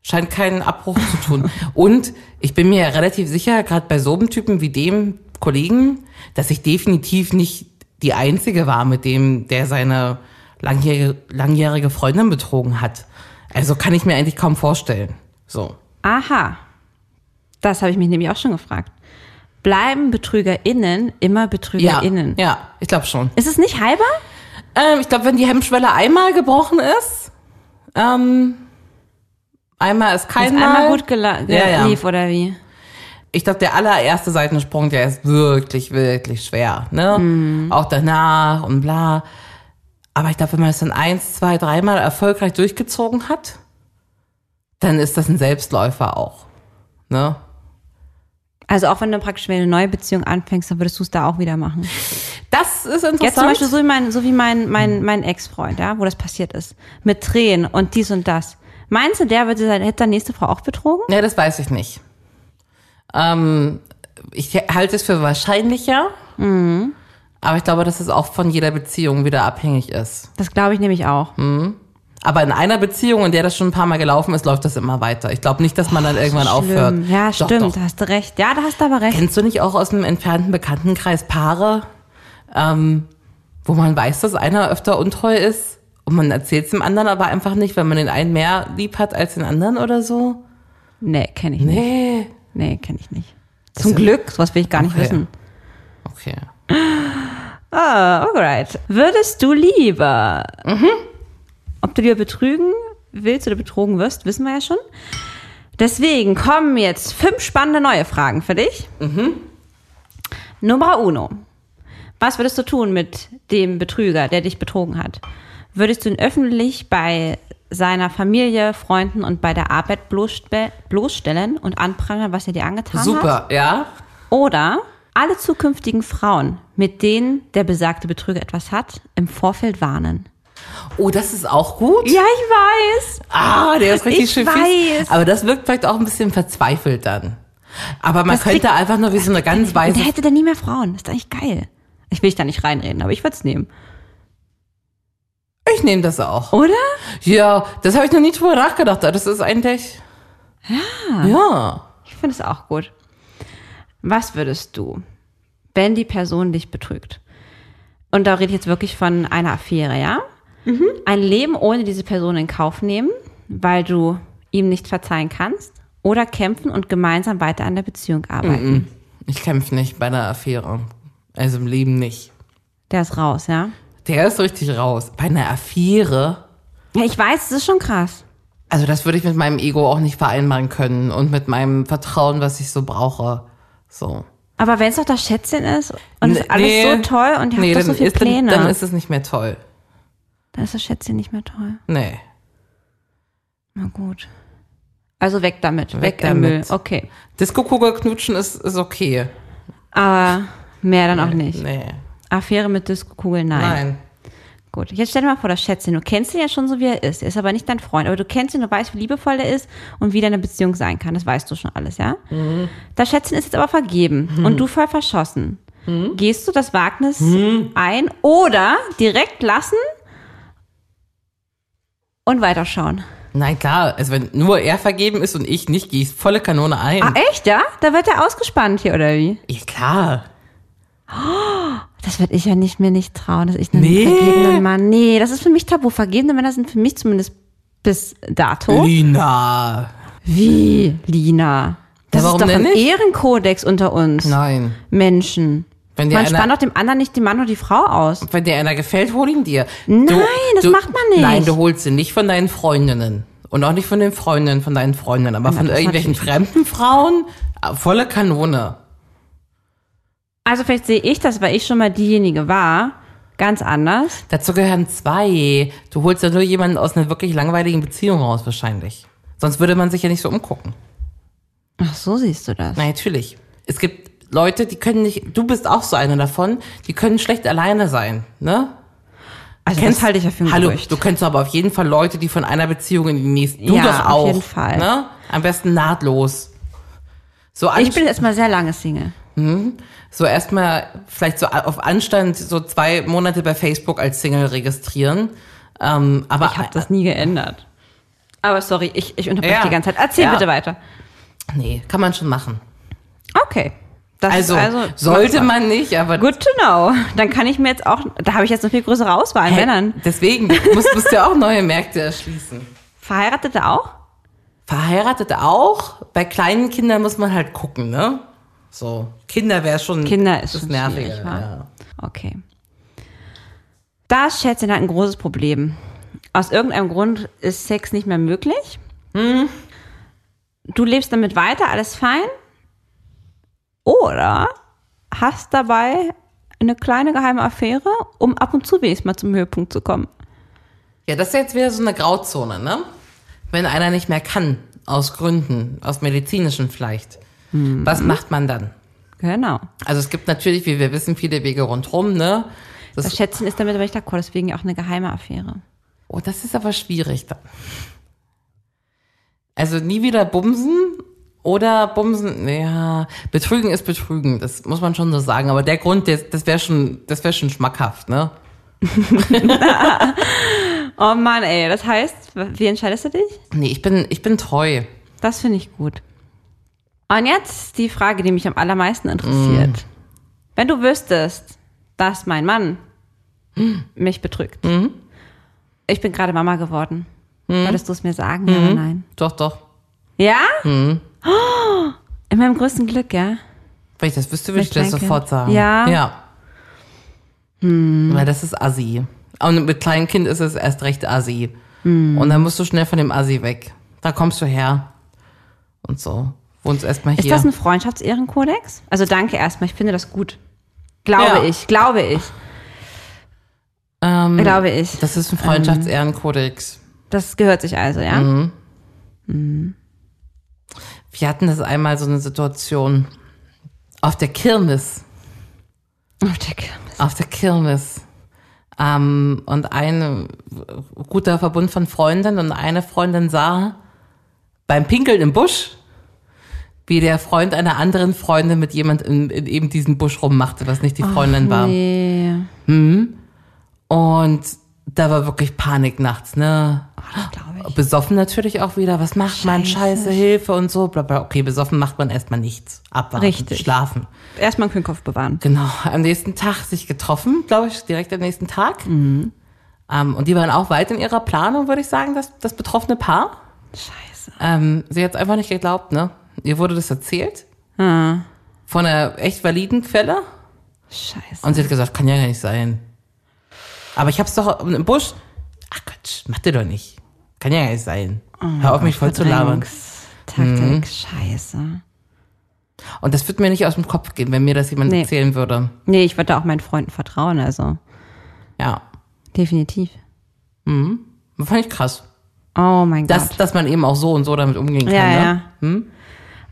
scheint keinen Abbruch zu tun. Und ich bin mir ja relativ sicher, gerade bei so einem Typen wie dem Kollegen, dass ich definitiv nicht die Einzige war, mit dem der seine langjährige, langjährige Freundin betrogen hat. Also kann ich mir eigentlich kaum vorstellen. So. Aha. Das habe ich mich nämlich auch schon gefragt. Bleiben BetrügerInnen immer Ja, BetrügerInnen? ja ich glaube schon. Ist es nicht halber? Ähm, ich glaube, wenn die Hemmschwelle einmal gebrochen ist, ähm, einmal ist Wenn es kein Mal. einmal gut gela- Ja, ja. lief oder wie? ich glaube, der allererste Seitensprung, der ist wirklich, wirklich schwer. Ne? Mhm. Auch danach und bla. Aber ich glaube, wenn man es dann eins, zwei, dreimal erfolgreich durchgezogen hat, dann ist das ein Selbstläufer auch. Ne? Also auch wenn du praktisch wieder eine neue Beziehung anfängst, dann würdest du es da auch wieder machen. Das ist interessant. Jetzt zum Beispiel so wie mein, so wie mein, mein, mein Ex-Freund, ja, wo das passiert ist. Mit Tränen und dies und das. Meinst du, der würde sein, hätte deine nächste Frau auch betrogen? Ja, das weiß ich nicht. Ähm, ich halte es für wahrscheinlicher. Mhm. Aber ich glaube, dass es auch von jeder Beziehung wieder abhängig ist. Das glaube ich nämlich auch. Aber in einer Beziehung, in der das schon ein paar Mal gelaufen ist, läuft das immer weiter. Ich glaube nicht, dass man dann irgendwann aufhört. Schlimm. Ja, Doch, stimmt, doch. da hast du recht. Ja, da hast du aber recht. Kennst du nicht auch aus dem entfernten Bekanntenkreis Paare, ähm, wo man weiß, dass einer öfter untreu ist und man erzählt es dem anderen aber einfach nicht, weil man den einen mehr lieb hat als den anderen oder so? Nee, kenne ich nicht. Nee. Nee, kenne ich nicht. Zum Glück, sowas will ich gar nicht Okay. wissen. Okay. Ah, alright. Würdest du lieber, ob du lieber betrügen willst oder betrogen wirst, wissen wir ja schon. Deswegen kommen jetzt fünf spannende neue Fragen für dich. Nummer uno. Was würdest du tun mit dem Betrüger, der dich betrogen hat? Würdest du ihn öffentlich bei seiner Familie, Freunden und bei der Arbeit bloßste- bloßstellen und anprangern, was er dir angetan hat? Super, ja. Oder alle zukünftigen Frauen, mit denen der besagte Betrüger etwas hat, im Vorfeld warnen. Oh, das ist auch gut. Ja, ich weiß. Ah, der ist richtig Ich schön weiß. fies. Aber das wirkt vielleicht auch ein bisschen verzweifelt dann. Aber man Das könnte kriegt- einfach nur wie so eine ganz Und weiße der hätte dann nie mehr Frauen. Das ist eigentlich geil. Ich will dich da nicht reinreden, aber ich würde es nehmen. Ich nehme das auch. Oder? Ja, das habe ich noch nie drüber nachgedacht. Das ist eigentlich. Ah. Ja. Ja. Ich finde es auch gut. Was würdest du, wenn die Person dich betrügt? Und da rede ich jetzt wirklich von einer Affäre, ja? Ein Leben ohne diese Person in Kauf nehmen, weil du ihm nicht verzeihen kannst, oder kämpfen und gemeinsam weiter an der Beziehung arbeiten. Ich kämpfe nicht bei einer Affäre. Also im Leben nicht. Der ist raus, ja? Der ist richtig raus. Bei einer Affäre. Ja, ich weiß, es ist schon krass. Also das würde ich mit meinem Ego auch nicht vereinbaren können und mit meinem Vertrauen, was ich so brauche. So. Aber wenn es doch das Schätzchen ist und es ist alles Nee. so toll und ihr habt doch so dann viele ist, Pläne, Dann, dann ist es nicht mehr toll. dann ist das Schätzchen nicht mehr toll. Nee. Na gut. Also weg damit, weg, Weg der damit. Müll. Okay. Disco-Kugel knutschen ist, ist okay. Aber mehr dann auch nicht. Nee. Affäre mit Disco-Kugeln, nein. Nein. Gut, jetzt stell dir mal vor, das Schätzchen. Du kennst ihn ja schon so, wie er ist. Er ist aber nicht dein Freund. Aber du kennst ihn, du weißt, wie liebevoll er ist und wie deine Beziehung sein kann. Das weißt du schon alles, ja? Das Schätzchen ist jetzt aber vergeben und du voll verschossen. Gehst du das Wagnis ein oder direkt lassen und weiterschauen? Nein, klar. Also wenn nur er vergeben ist und ich nicht, gehe ich volle Kanone ein. Ah, echt, ja? Da wird er ausgespannt hier, oder wie? Ja, klar. Das werde ich ja nicht mir nicht trauen, dass ich einen Nee. vergebenen Mann. Nee, das ist für mich tabu. Vergebene Männer sind für mich zumindest bis dato. Lina. Wie, Lina? Das warum ist doch denn ein nicht? Ehrenkodex unter uns Nein. Menschen. Wenn dir Man einer- spannt doch dem anderen nicht den Mann oder die Frau aus. Wenn dir einer gefällt, hol ihn dir. Nein, das macht man nicht. Nein, du holst ihn nicht von deinen Freundinnen. Und auch nicht von den Freundinnen von deinen Freundinnen, aber von das irgendwelchen fremden Frauen. äh, Volle Kanone. Also vielleicht sehe ich das, weil ich schon mal diejenige war, ganz anders. Dazu gehören zwei. Du holst ja nur jemanden aus einer wirklich langweiligen Beziehung raus, wahrscheinlich. Sonst würde man sich ja nicht so umgucken. Ach, so siehst du das. Na, natürlich. Es gibt Leute, die können nicht, du bist auch so einer davon, die können schlecht alleine sein, ne? also das Kennst- halte ich ja für ein Hallo, Gerücht. du kennst aber auf jeden Fall Leute, die von einer Beziehung in die nächste. Du Ja, doch auf auch. jeden Fall. Ne? Am besten nahtlos. So, Ich anst- bin jetzt mal sehr lange Single. so erstmal vielleicht so a- auf Anstand so zwei Monate bei Facebook als Single registrieren. Ähm, aber Ich habe das nie geändert. Aber sorry, ich, ich unterbreche Ja. die ganze Zeit. Erzähl Ja. bitte weiter. nee, kann man schon machen. Okay. Das Also, ist also sollte man nicht, aber Good to know. Dann kann ich mir jetzt auch, da habe ich jetzt eine viel größere Auswahl an Hä? Männern. Deswegen du musst, musst du ja auch neue Märkte erschließen. Verheiratete auch? Verheiratet auch. Bei kleinen Kindern muss man halt gucken, ne? So Kinder wäre schon Kinder ist das schon nervig. schwierig, wa? Ja. Okay. Das Schätzchen hat ein großes Problem. Aus irgendeinem Grund ist Sex nicht mehr möglich. Du lebst damit weiter, alles fein. Oder hast dabei eine kleine geheime Affäre, um ab und zu wenigstens mal zum Höhepunkt zu kommen. ja, das ist jetzt wieder so eine Grauzone, ne? Wenn einer nicht mehr kann aus Gründen, aus medizinischen vielleicht, Hm. was macht man dann? Genau. Also es gibt natürlich, wie wir wissen, viele Wege rundherum, ne? Das Schätzchen ist damit aber nicht d'accord, deswegen ja auch eine geheime Affäre. Oh, das ist aber schwierig dann. Also nie wieder bumsen oder bumsen, ja, betrügen ist betrügen, das muss man schon so sagen. Aber der Grund, das, das wäre schon, das wäre schon schmackhaft, ne? Oh Mann, ey, das heißt, wie entscheidest du dich? Nee, ich bin, ich bin treu. Das finde ich gut. Und jetzt die Frage, die mich am allermeisten interessiert. Mm. Wenn du wüsstest, dass mein Mann Mm. mich betrügt. Ich bin gerade Mama geworden. Mm. Würdest du es mir sagen? Ja oder nein? Doch, doch. Ja? Mm. Oh, in meinem größten Glück, ja? Wenn ich das wüsste, würde ich, Mit das Kleinkind. sofort sagen. Ja? Hm. Ja. Weil das ist assi. Und mit kleinem Kind ist es erst recht assi. Hm. Und dann musst du schnell von dem assi weg. Da kommst du her. Und so. Wohnst erstmal hier. Ist das ein Freundschaftsehrenkodex? Also danke erstmal, ich finde das gut. Glaube Ja. ich, glaube ich, ähm, glaube ich. Das ist ein Freundschaftsehrenkodex. Das gehört sich also, ja? Mm. Wir hatten das einmal so eine Situation auf der Kirmes. Auf der Kirmes. Auf der Kirmes. Ähm, und ein äh, guter Verbund von Freundinnen und eine Freundin sah beim Pinkeln im Busch, wie der Freund einer anderen Freundin mit jemand in, in eben diesen Busch rummachte, was nicht die Freundin war. Nee. Und da war wirklich Panik nachts, ne? Oh, Besoffen natürlich auch wieder. Was macht man? Scheiße. Scheiße, Hilfe und so. Bla bla. Okay, besoffen macht man erstmal nichts. Abwarten, Richtig. schlafen. Erstmal einen kühlen Kopf bewahren. Genau. Am nächsten Tag sich getroffen, glaube ich, direkt am nächsten Tag. Mhm. Ähm, und die waren auch weit in ihrer Planung, würde ich sagen, das, das betroffene Paar. Scheiße. Ähm, sie hat es einfach nicht geglaubt, ne? Ihr wurde das erzählt. Ah. Von einer echt validen Quelle. Scheiße. Und sie hat gesagt, kann ja gar nicht sein. Aber ich hab's doch im Busch. Ach Quatsch, macht ihr doch nicht. Kann ja gar nicht sein. Oh Hör auf mich voll zu labern. Mhm. Verdrängungstaktik. Scheiße. Und das wird mir nicht aus dem Kopf gehen, wenn mir das jemand Nee. erzählen würde. Nee, ich würde auch meinen Freunden vertrauen, also Ja. definitiv. Fand ich krass. Oh mein Dass, Gott. dass man eben auch so und so damit umgehen kann. ja, ne? ja.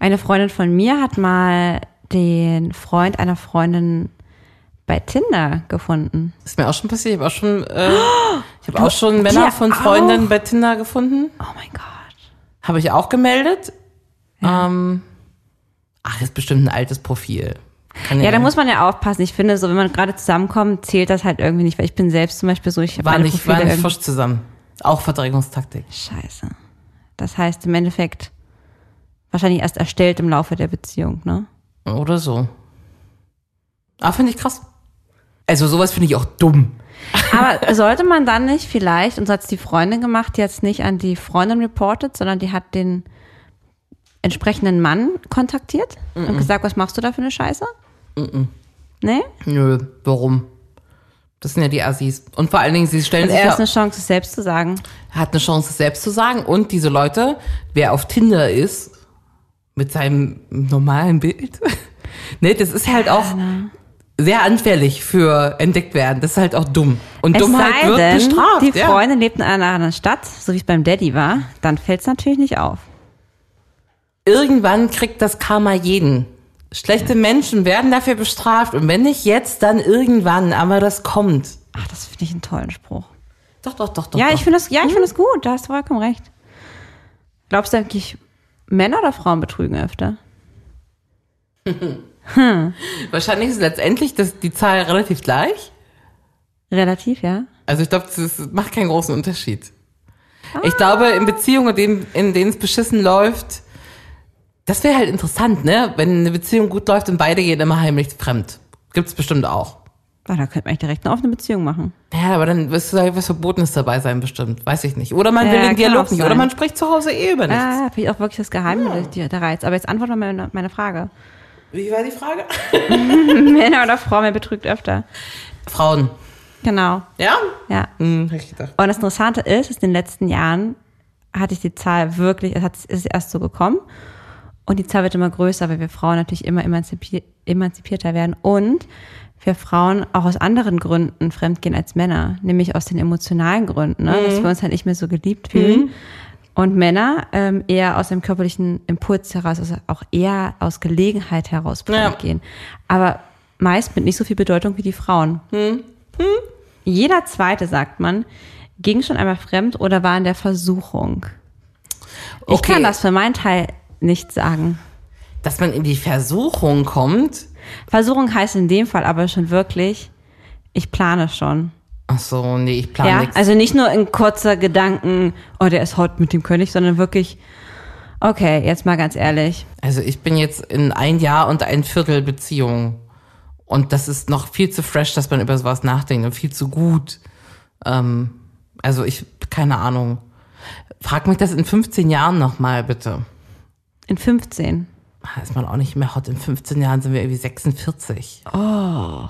Eine Freundin von mir hat mal den Freund einer Freundin bei Tinder gefunden. Ist mir auch schon passiert. Ich habe auch schon, äh, ich habe auch schon Männer dir von auch? Freundinnen bei Tinder gefunden. Oh mein Gott. Habe ich auch gemeldet. Ähm, ach, ist bestimmt ein altes Profil. Kann Ja, da muss man ja aufpassen. Ich finde, so wenn man gerade zusammenkommt, zählt das halt irgendwie nicht, weil ich bin selbst zum Beispiel so, ich habe war meine nicht, Profile war nicht irgendwie- frisch zusammen. Auch Verdrängungstaktik. Scheiße. Das heißt im Endeffekt wahrscheinlich erst erstellt im Laufe der Beziehung, ne? Oder so. Ah, finde ich krass. Also sowas finde ich auch dumm. Aber sollte man dann nicht vielleicht, und so hat's die Freundin gemacht, die hat's nicht an die Freundin reported, sondern die hat den entsprechenden Mann kontaktiert und gesagt, was machst du da für eine Scheiße? Nee? Nö, warum? Das sind ja die Assis. Und vor allen Dingen, sie stellen Also sich er ja, ist eine Chance, es selbst zu sagen. hat eine Chance, es selbst zu sagen. Und diese Leute, wer auf Tinder ist, mit seinem normalen Bild, ne, das ist halt auch sehr anfällig für entdeckt werden. Das ist halt auch dumm. Und Es Dummheit sei wird denn, bestraft. die ja. Freundin lebt in einer anderen Stadt, so wie es beim Daddy war, dann fällt's natürlich nicht auf. irgendwann kriegt das Karma jeden. Schlechte Menschen werden dafür bestraft und wenn nicht jetzt, dann irgendwann, aber das kommt. Ach, das finde ich einen tollen Spruch. Doch, doch, doch, doch. ja, doch. ich finde das, ja, ich finde das gut, da hast du vollkommen recht. Glaubst du eigentlich, Männer oder Frauen betrügen öfter? Wahrscheinlich ist letztendlich das, die Zahl relativ gleich. Relativ, ja. Also ich glaube, das macht keinen großen Unterschied. Ich Ah. glaube, in Beziehungen, in denen, in denen es beschissen läuft, das wäre halt interessant, ne? Wenn eine Beziehung gut läuft und beide gehen immer heimlich fremd. Gibt's bestimmt auch. Ah, da könnte man echt direkt eine offene Beziehung machen. Ja, aber dann wirst du da was Verbotenes dabei sein, bestimmt. Weiß ich nicht. Oder man Ja, will den kann Dialog auch nicht. sein. Oder man spricht zu Hause eh über nichts. Ah, vielleicht auch wirklich das Geheimnis, die- der Reiz. Aber jetzt antworte mal meine, meine Frage. Wie war die Frage? Männer oder Frauen, wer betrügt öfter? Frauen. Genau, Ja? ja. Hm, hab ich gedacht. Und das Interessante ist, ist, in den letzten Jahren hatte ich die Zahl wirklich, es hat, es ist erst so gekommen. Und die Zahl wird immer größer, weil wir Frauen natürlich immer emanzipi emanzipierter werden. Und wir Frauen auch aus anderen Gründen fremdgehen als Männer. Nämlich aus den emotionalen Gründen, ne? dass wir uns halt nicht mehr so geliebt fühlen. Und Männer ähm, eher aus dem körperlichen Impuls heraus, also auch eher aus Gelegenheit heraus fremdgehen. Aber meist mit nicht so viel Bedeutung wie die Frauen. Jeder zweite, sagt man, ging schon einmal fremd oder war in der Versuchung. Ich Okay. kann das für meinen Teil nicht sagen. Dass man in die Versuchung kommt. Versuchung heißt in dem Fall aber schon wirklich, ich plane schon. Ach so, nee, ich plane ja, nichts. also nicht nur in kurzer Gedanken, oh, der ist hot mit dem König, sondern wirklich, okay, jetzt mal ganz ehrlich. Also ich bin jetzt in ein Jahr und ein Viertel Beziehung. Und das ist noch viel zu fresh, dass man über sowas nachdenkt und viel zu gut. Ähm, also ich, keine Ahnung. Frag mich das in 15 Jahren nochmal, bitte. In 15. Ah, Ist man auch nicht mehr hot. In 15 Jahren sind wir irgendwie 46. Oh.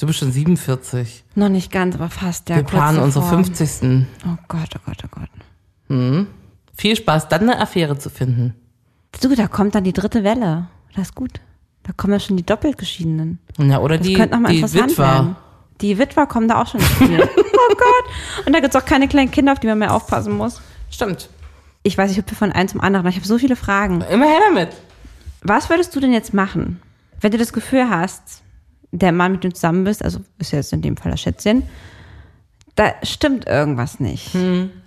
Du bist schon 47. Noch nicht ganz, aber fast, ja. wir kurz planen unsere davor. 50. Oh Gott, oh Gott, oh Gott. Viel Spaß, dann eine Affäre zu finden. Du, da kommt dann die dritte Welle. Das ist gut. Da kommen ja schon die Doppeltgeschiedenen. Ja, oder Das die, könnte nochmal die interessant Witwer. werden. Die Witwer kommen da auch schon ins Spiel. oh Gott. Und da gibt's auch keine kleinen Kinder, auf die man mehr aufpassen muss. Stimmt. Ich weiß, ich hüpfe von einem zum anderen. aber Ich habe so viele Fragen. Immer her damit. Was würdest du denn jetzt machen, wenn du das Gefühl hast, der Mann, mit dem du zusammen bist, also ist ja jetzt in dem Fall das Schätzchen, Hm. da stimmt irgendwas nicht.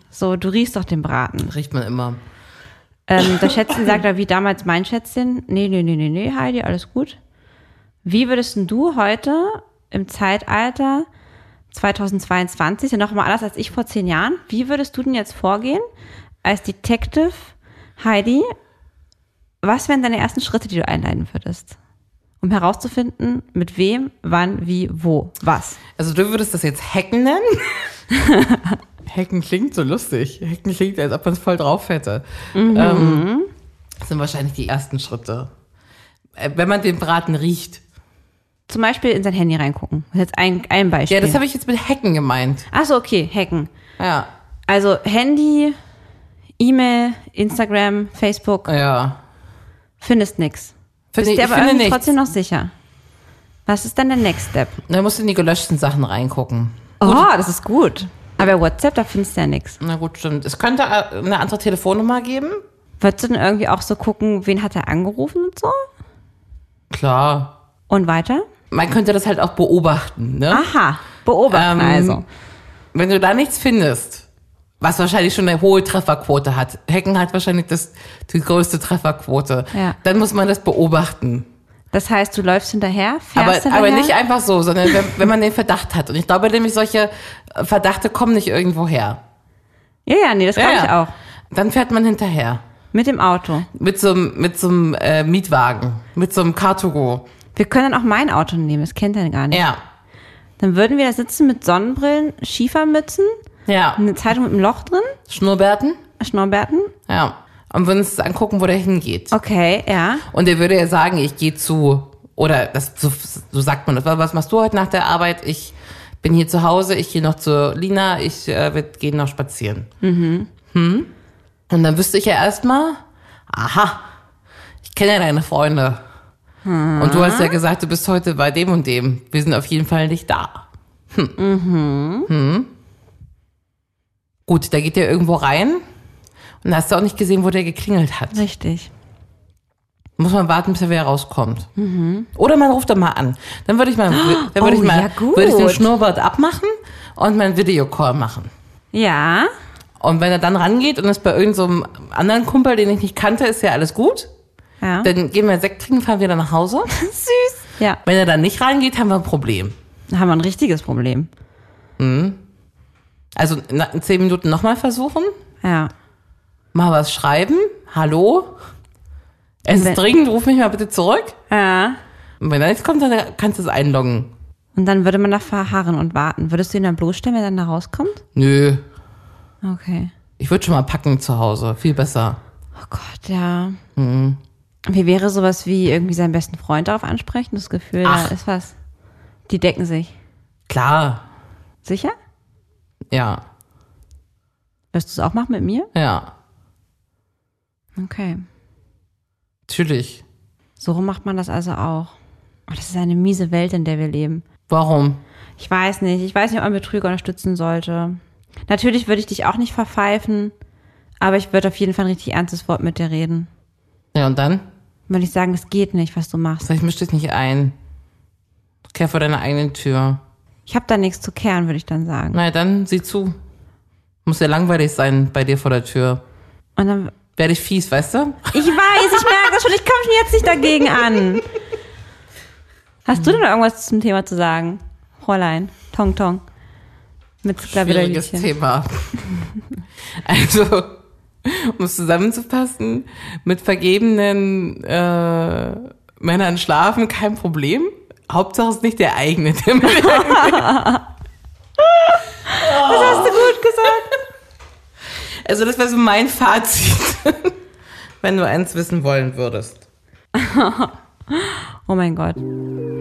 So, du riechst doch den Braten. Riecht man immer. Ähm, das Schätzchen sagt er, wie damals mein Schätzchen, nee, nee, nee, nee, nee, Heidi, alles gut. Wie würdest denn du heute im Zeitalter 2022, ja nochmal anders als ich vor zehn Jahren, wie würdest du denn jetzt vorgehen als Detective Heidi? Was wären deine ersten Schritte, die du einleiten würdest? Um herauszufinden, mit wem, wann, wie, wo, was. Also du würdest das jetzt Hacken nennen? Hacken klingt so lustig. Hacken klingt, als ob man es voll drauf hätte. Ähm, das sind wahrscheinlich die ersten Schritte. Äh, Wenn man den Braten riecht. Zum Beispiel in sein Handy reingucken. Das ist jetzt ein, ein Beispiel. Ja, das habe ich jetzt mit Hacken gemeint. Achso, okay, hacken. Ja. Also Handy, E-Mail, Instagram, Facebook, Ja. findest nix. Bist Finde ich, dir ich aber finde irgendwie nichts. trotzdem noch sicher. Was ist dann der Next Step? Da musst du in die gelöschten Sachen reingucken. Oh, das ist gut. Aber bei WhatsApp, da findest du ja nix. Na gut, stimmt. Es könnte äh, eine andere Telefonnummer geben. Würdest du denn irgendwie auch so gucken, wen hat er angerufen und so? Klar. Und weiter? Man könnte das halt auch beobachten, ne? Aha, beobachten Ähm, also. Wenn du da nichts findest, was wahrscheinlich schon eine hohe Trefferquote hat, Hacken hat wahrscheinlich das, die größte Trefferquote, Ja. dann muss man das beobachten. Das heißt, du läufst hinterher, Aber, fährst aber hinterher? nicht einfach so, sondern wenn, wenn man den Verdacht hat. Und ich glaube nämlich, solche äh, Verdachte kommen nicht irgendwo her. Ja, ja, nee, das kann ich auch. Dann fährt man hinterher. Mit dem Auto. Mit so einem mit so einem, äh, Mietwagen, mit so einem Car2Go. Wir können dann auch mein Auto nehmen, das kennt er gar nicht. Ja. Dann würden wir da sitzen mit Sonnenbrillen, Schiefermützen, Ja. eine Zeitung mit einem Loch drin, Schnurrbärten. Schnorrbärten. Ja. Und würden uns angucken, wo der hingeht. Okay, ja. Mhm. Und der würde ja sagen, ich gehe zu, oder das, so, so sagt man, das. was machst du heute nach der Arbeit? Ich bin hier zu Hause, ich gehe noch zu Lina, ich äh, wir gehen noch spazieren. Mhm. Hm. Und dann wüsste ich ja erstmal, aha, ich kenne ja deine Freunde. Und du hast ja gesagt, du bist heute bei dem und dem. Wir sind auf jeden Fall nicht da. Hm. Mhm. Hm. Gut, da geht der irgendwo rein und da hast du auch nicht gesehen, wo der geklingelt hat. Richtig. Muss man warten, bis er wieder rauskommt. Mhm. Oder man ruft doch mal an. Dann würde ich mal, dann würde Oh, ich mal, ja, gut. würde ich den Schnurrbart abmachen und mal einen Videocall machen. Ja, Und wenn er dann rangeht und ist bei irgendeinem anderen Kumpel, den ich nicht kannte, ist ja alles gut. ja. Dann gehen wir Sekt trinken, fahren wieder nach Hause. Süß. Ja, wenn er dann nicht rangeht, haben wir ein Problem. da haben wir ein richtiges Problem. Also na- in zehn Minuten nochmal versuchen, Ja. mal was schreiben. Hallo? Es Wenn- ist dringend, ruf mich mal bitte zurück. Ja. Und wenn er nichts kommt, dann kannst du es einloggen. Und dann würde man da verharren und warten. Würdest du ihn dann bloßstellen, wenn er dann da rauskommt? Nö, Okay. Ich würde schon mal packen zu Hause. Viel besser. Oh Gott, ja. Mhm. Wie wäre sowas wie irgendwie seinen besten Freund darauf ansprechen? Das Gefühl, Ach. da ist was. Die decken sich. Klar. Sicher? Ja. Wirst du es auch machen mit mir? Ja. Okay. Natürlich. So rum macht man das also auch. Oh, das ist eine miese Welt, in der wir leben. Warum? Ich weiß nicht. Ich weiß nicht, ob man Betrüger unterstützen sollte. Natürlich würde ich dich auch nicht verpfeifen, aber ich würde auf jeden Fall ein richtig ernstes Wort mit dir reden. Ja, und dann? Würde ich sagen, es geht nicht, was du machst. Sag ich, misch dich nicht ein. Kehr vor deiner eigenen Tür. Ich habe da nichts zu kehren, würde ich dann sagen. Na ja, dann sieh zu. Muss ja langweilig sein bei dir vor der Tür. Und dann, Werde ich fies, weißt du? ich weiß, ich merke das schon, ich komme jetzt nicht dagegen an. Hast du denn noch irgendwas zum Thema zu sagen? Fräulein, Tong Tong. Mit Schwieriges Sklaverliedchen. Thema. also, um es zusammenzufassen, mit vergebenen äh, Männern schlafen kein Problem. Hauptsache es ist nicht der eigene, der mit Das hast du gut gesagt. Also das wäre so mein Fazit, wenn du eins wissen wollen würdest. Oh mein Gott.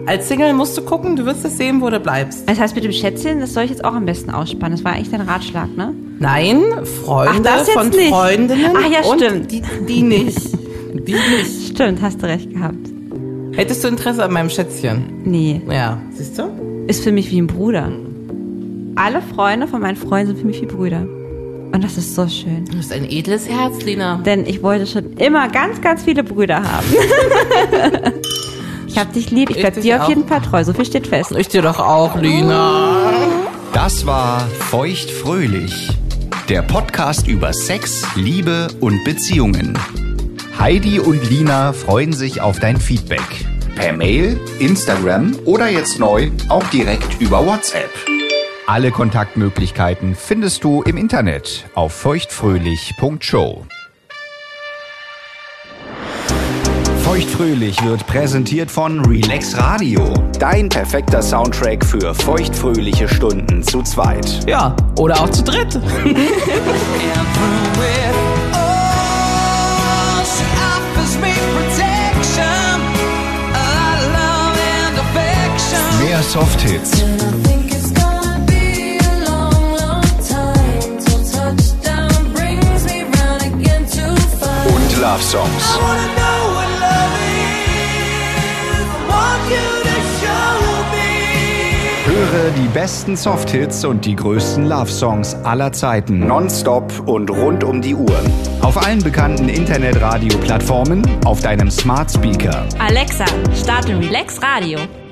Als Single musst du gucken, du wirst es sehen, wo du bleibst. Das heißt, mit dem Schätzchen, das soll ich jetzt auch am besten ausspannen. Das war eigentlich dein Ratschlag, ne? Nein, Freunde Ach, das jetzt von nicht. Freundinnen Ah, ja, und stimmt. Die, die nicht. Die nicht. Stimmt, hast du recht gehabt. Hättest du Interesse an meinem Schätzchen? Nee, Ja, siehst du? ist für mich wie ein Bruder. Alle Freunde von meinen Freunden sind für mich wie Brüder. Und das ist so schön. Du hast ein edles Herz, Lina. Denn ich wollte schon immer ganz, ganz viele Brüder haben. ich hab dich lieb, ich Ich bleib dich dir auf auch. jeden Fall treu. So viel steht fest. Oh. Ich dir doch auch, Lina. Das war Feuchtfröhlich, der Podcast über Sex, Liebe und Beziehungen. Heidi und Lina freuen sich auf dein Feedback. Per Mail, Instagram oder jetzt neu auch direkt über WhatsApp. Alle Kontaktmöglichkeiten findest du im Internet auf feuchtfröhlich.show. Feuchtfröhlich wird präsentiert von Relax Radio. Dein perfekter Soundtrack für feuchtfröhliche Stunden zu zweit. Ja, oder auch zu dritt. Oh, Mehr Softhits, und Love Songs. Höre die besten Softhits und die größten Love Songs aller Zeiten nonstop und rund um die Uhr. Auf allen bekannten Internetradio-Plattformen, auf deinem Smart Speaker Alexa, starte Relax Radio.